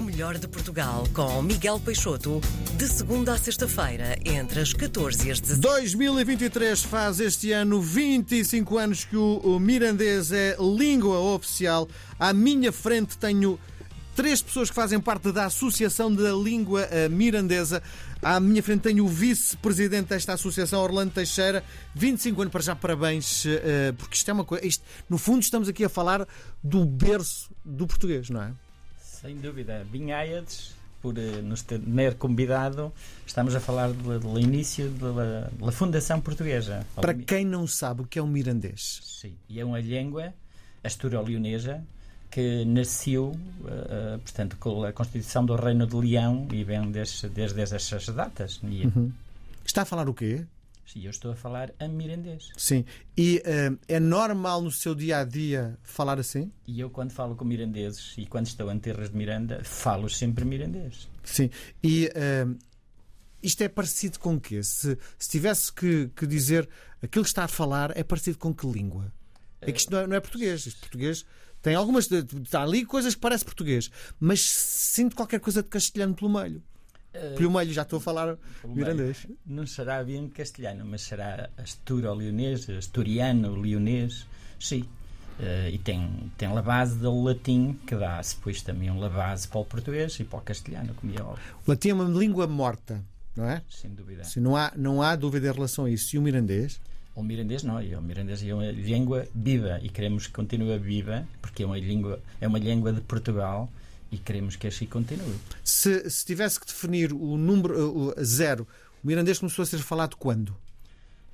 melhor de Portugal com Miguel Peixoto, de segunda a sexta-feira, entre as 14 e as 16. 2023 faz este ano 25 anos que o o mirandês é língua oficial. À minha frente tenho três pessoas que fazem parte da Associação da Língua eh, Mirandesa. À minha frente tenho o vice-presidente desta associação, Orlando Teixeira. 25 anos para já, parabéns, eh, porque isto é uma coisa. Isto, no fundo, estamos aqui a falar do berço do português, não é? Sem dúvida. Binhaiades, por eh, nos ter convidado, estamos a falar do, do início da, da Fundação Portuguesa. Para quem não sabe o que é um mirandês. Sim. E é uma língua asturo-leonesa que nasceu, eh, eh, portanto, com a Constituição do Reino de Leão e vem desde, desde essas datas. E, Está a falar o quê? e eu estou a falar a mirandês. Sim. E eh, é normal no seu dia a dia falar assim? E eu, quando falo com mirandeses e quando estou em terras de Miranda, falo sempre mirandês. Sim. E eh, isto é parecido com o quê? Se, se tivesse que, que dizer aquilo que está a falar, é parecido com que língua? É que isto não é, não é português. Isto português tem algumas. Está ali coisas que parece português, mas sinto qualquer coisa de castelhano pelo meio. Pelo meio, já estou a falar Pelo mirandês. Não será bem castelhano, mas será asturo-leonês, asturiano-leonês, sim. Eh, e tem, tem a base do latim, que dá-se, pois, também uma base para o português e para o castelhano, como é óbvio, O latim é uma língua morta, não é? sem dúvida. Sim, não, há, não há dúvida em relação a isso. E o mirandês? O mirandês não, e o mirandês é uma língua viva e queremos que continue viva, porque é uma língua, é uma língua de Portugal e queremos que assim continue. Se, se tivesse que definir o número uh, o zero, o mirandês começou a ser falado quando?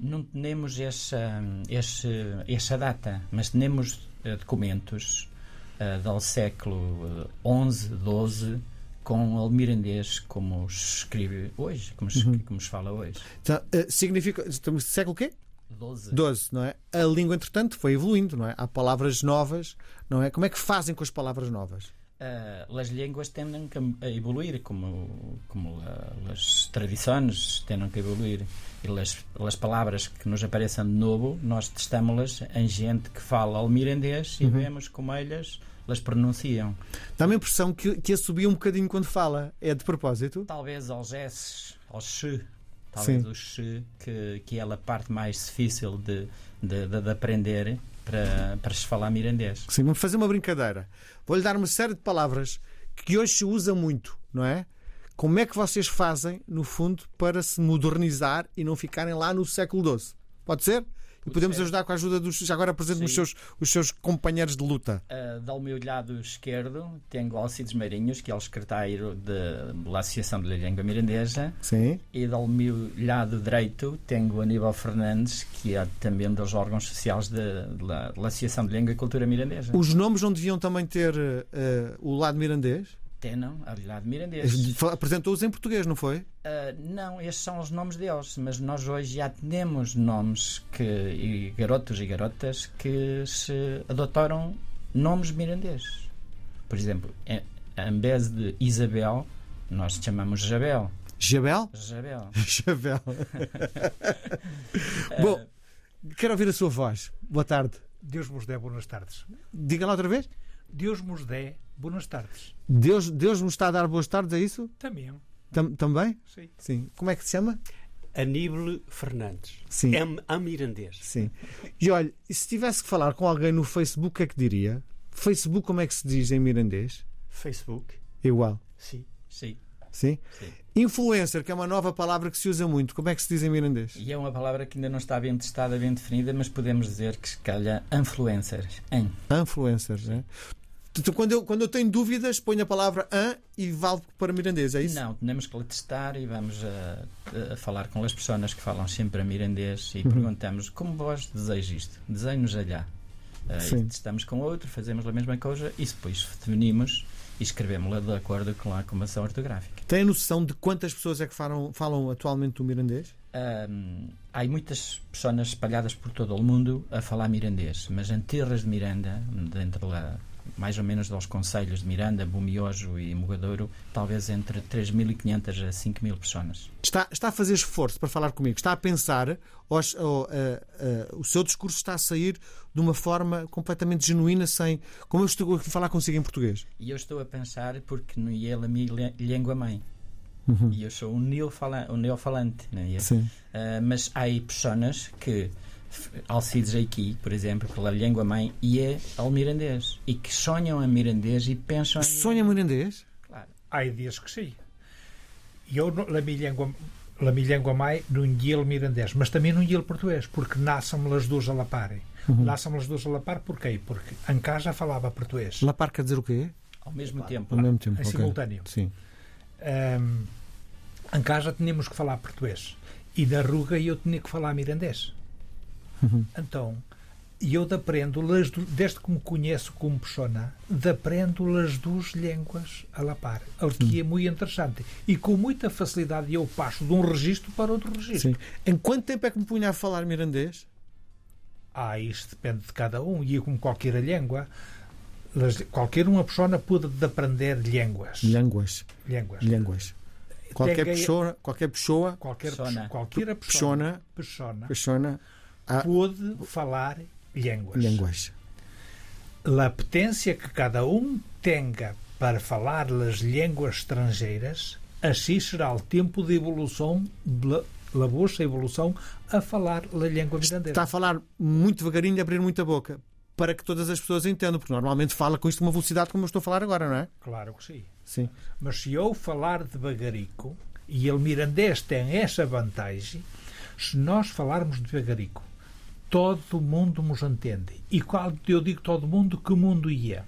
Não temos essa, esse- essa data, mas temos eh, documentos eh, do século XI, XII, com o almirandês como se escreve hoje, como se, como se fala hoje. Então, eh, significa. Estamos no século quê? 12. 12, não é? A língua, entretanto, foi evoluindo, não é? Há palavras novas, não é? Como é que fazem com as palavras novas? Eh, as línguas tendem que a evoluir, como, como eh, as tradições tendem que evoluir. E as, as palavras que nos aparecem de novo, nós testamos-las em gente que fala almirandês e vemos como elas las pronunciam. Dá-me a impressão que, que assobia um bocadinho quando fala. É de propósito? talvez aos S, ao X, talvez Sim. o X, que, que é a parte mais difícil de, de, de- de aprender para, para se falar mirandês. Sim, vamos fazer uma brincadeira. Vou-lhe dar uma série de palavras que hoje se usa muito, não é? Como é que vocês fazem, no fundo, para se modernizar e não ficarem lá no século XII? Pode ser? E podemos ajudar com a ajuda dos. Já agora apresento os Sim. seus, os seus companheiros de luta. Uh, do meu lado esquerdo tenho Alcides Meirinhos, que é o secretário de, da Associação da Língua Mirandesa, Sim. e do meu lado direito tenho Aníbal Fernandes, que é também dos órgãos sociais de- da da Associação de Língua e Cultura Mirandesa. Os nomes não deviam também ter eh, o lado mirandês? Tenham a lado mirandês. Fa- Apresentou-os em português, não foi? Ah, não, estes são os nomes deles, mas nós hoje já temos nomes que, e garotos e garotas que se adotaram nomes mirandeses. Por exemplo, em, em vez de Isabel, nós chamamos Jabel. Jabel? Jabel. Jabel. Bom, quero ouvir a sua voz. Boa tarde. Deus vos dê boas tardes. Diga lá outra vez. Deus vos dê boas tardes. Deus, Deus nos está a dar boas tardes, é isso? Também, Tam- também? sim. Sim. Como é que se chama? Aníbal Fernandes. Sim. Am, amirandês. Sim. E olha, e se tivesse que falar com alguém no Facebook, o que é que diria? Facebook, como é que se diz em mirandês? Facebook. Igual. Sim. Sim. Sim? Sim. Influencer, que é uma nova palavra que se usa muito. Como é que se diz em mirandês? E é uma palavra que ainda não está bem testada, bem definida, mas podemos dizer que se calhar influencer. Em. Influencer, né? Tu- tu- Quando eu, quando eu tenho dúvidas, ponho a palavra an e vale para mirandês, é isso? Não, temos que testar e vamos a, a falar com as pessoas que falam sempre a mirandês Uhum. e perguntamos como vós desejas isto, desenho-nos allá. Ah, Sim. e testamos com outro, fazemos a mesma coisa e depois definimos e escrevemos-la de acordo com a convenção ortográfica. Tem noção de quantas pessoas é que falam, falam atualmente o mirandês? Ahm, há muitas pessoas espalhadas por todo o mundo a falar mirandês, mas em terras de Miranda, dentro da mais ou menos dos conselhos de Miranda, Bumiojo e Mogadouro, talvez entre 3.500 a 5.000 pessoas. Está, está a fazer esforço para falar comigo, está a pensar, ou, ou, eh, eh, o seu discurso está a sair de uma forma completamente genuína, sem. Como eu estou a falar consigo em português? E eu estou a pensar porque não é a minha lé- língua mãe. E eu sou um neofala- um neofalante, não é? Uhum. Sim. Ah, mas há aí pessoas que f- Alcides aqui, por exemplo, pela língua mãe, e é ao mirandês. E que sonham a mirandês e pensam em. Sonha mirandês? Claro. Há dias que sim. Eu, no- la minha língua, la minha língua mãe, não ia o mirandês, mas também não ia o português, porque nascem as duas a la par. Nascem as duas a la par porquê? Porque em casa falava português, La par quer dizer o quê? Ao mesmo tempo. Ao mesmo tempo. em ok. simultâneo. Sim. Ahm, em casa tínhamos que falar português e da ruga eu tinha que falar mirandês. Então, eu de aprendo, las du- desde que me conheço como persona, de aprendo as duas línguas a la par, o que é muito interessante. E com muita facilidade eu passo de um registro para outro registro. Sim. Em quanto tempo é que me punha a falar mirandês? Ah, isto depende de cada um, e como qualquer língua, las- qualquer uma persona pode de aprender línguas. Línguas. línguas. Línguas. Qualquer Tenga- pessoa, qualquer pessoa, Qualquer, Persona. persona. qualquer persona, persona, persona persona, pôde falar línguas. línguas. A potência que cada um tenha para falar as línguas estrangeiras, assim será o tempo de evolução, da vossa evolução, a falar a língua Está verdadeira. a falar muito devagarinho e abrir muito a boca para que todas as pessoas entendam, porque normalmente fala com isto uma velocidade como eu estou a falar agora, não é? Claro que sim. Sim. Mas se eu falar devagarico, e o mirandês tem essa vantagem, se nós falarmos devagarico, todo mundo nos entende. E qual eu digo todo mundo, que mundo ia?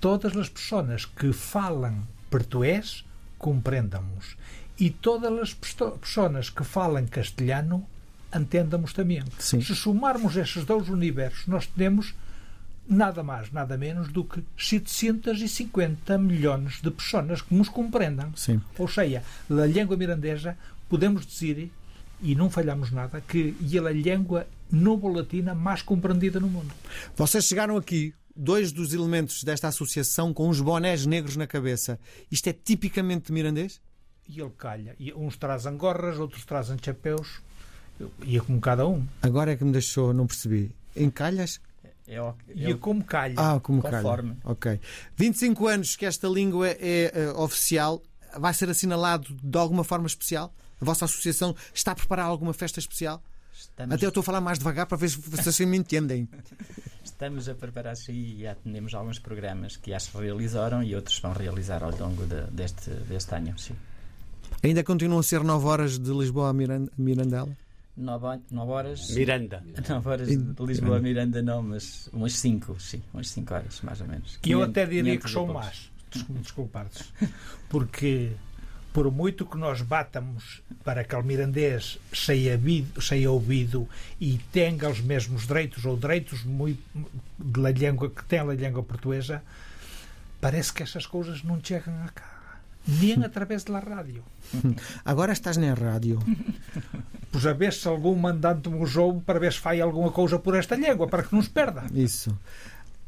Todas as pessoas que falam português compreendam-nos. E todas as pesto- pessoas que falam castelhano entendamos também. Sim. Se somarmos esses dois universos, nós temos nada mais, nada menos do que 750 milhões de pessoas que nos compreendam. Sim. Ou seja, a língua mirandesa, podemos dizer, e não falhamos nada, que é a língua novo-latina mais compreendida no mundo. Vocês chegaram aqui, dois dos elementos desta associação, com uns bonés negros na cabeça. Isto é tipicamente mirandês? E ele calha. E uns trazem gorras, outros trazem chapéus. E é como cada um. Agora é que me deixou, não percebi. Encalhas? É, o- E é é o- como calha. Ah, como Conforme. calha. Ok. 25 anos que esta língua é eh, oficial, vai ser assinalado de alguma forma especial? A vossa associação está a preparar alguma festa especial? estamos, Até eu estou a falar mais devagar para ver se vocês me entendem. estamos a preparar-se e já temos alguns programas que já se realizaram e outros vão realizar ao longo de- deste, deste ano. Sim. Ainda continuam a ser 9 horas de Lisboa a Miran- Mirandela? 9 horas. Miranda. 9 horas de Lisboa a Miranda, não, mas umas 5, sim, umas 5 horas, mais ou menos. E eu até 500 diria que e sou poucos. mais. Desculpar-te. Porque, por muito que nós batamos para que o mirandês seja, habido- seja ouvido e tenha os mesmos direitos ou direitos muito da língua que tem a língua portuguesa, parece que essas coisas não chegam a cá. Nem através da rádio. Agora estás na rádio. Pois a ver se algum mandante nos ouve para ver se faz alguma coisa por esta língua, para que não nos perda. Isso.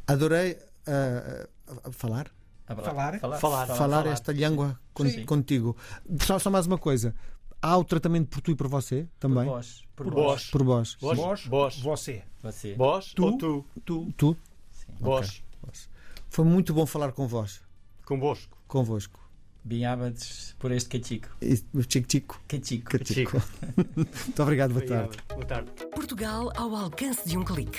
Adorei ah, ah, falar. A bala- Falar? Falar. falar, é esta língua con- Sim. contigo. Só, só mais uma coisa. Há o tratamento por tu e por você também? Vós, por Por vós, vós. Por vós. Vós, Vós, vós, você. você. vós Tu? ou tu? Tu. Tu? Vós, Foi muito bom falar com vós, convosco. convosco. Bem-ábades por este catico. E- Chico Chico. Catico. Chico. Muito obrigado, boa tarde. Boa tarde. Portugal ao alcance de um clique.